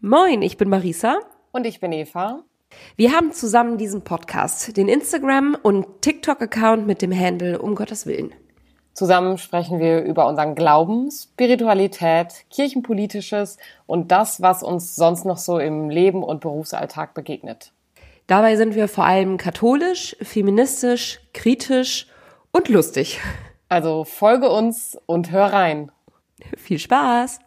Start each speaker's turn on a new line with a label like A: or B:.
A: Moin, ich bin Marisa.
B: Und ich bin Eva.
A: Wir haben zusammen diesen Podcast, den Instagram- und TikTok-Account mit dem Handle um Gottes Willen.
B: Zusammen sprechen wir über unseren Glauben, Spiritualität, Kirchenpolitisches und das, was uns sonst noch so im Leben und Berufsalltag begegnet.
A: Dabei sind wir vor allem katholisch, feministisch, kritisch und lustig.
B: Also folge uns und hör rein.
A: Viel Spaß!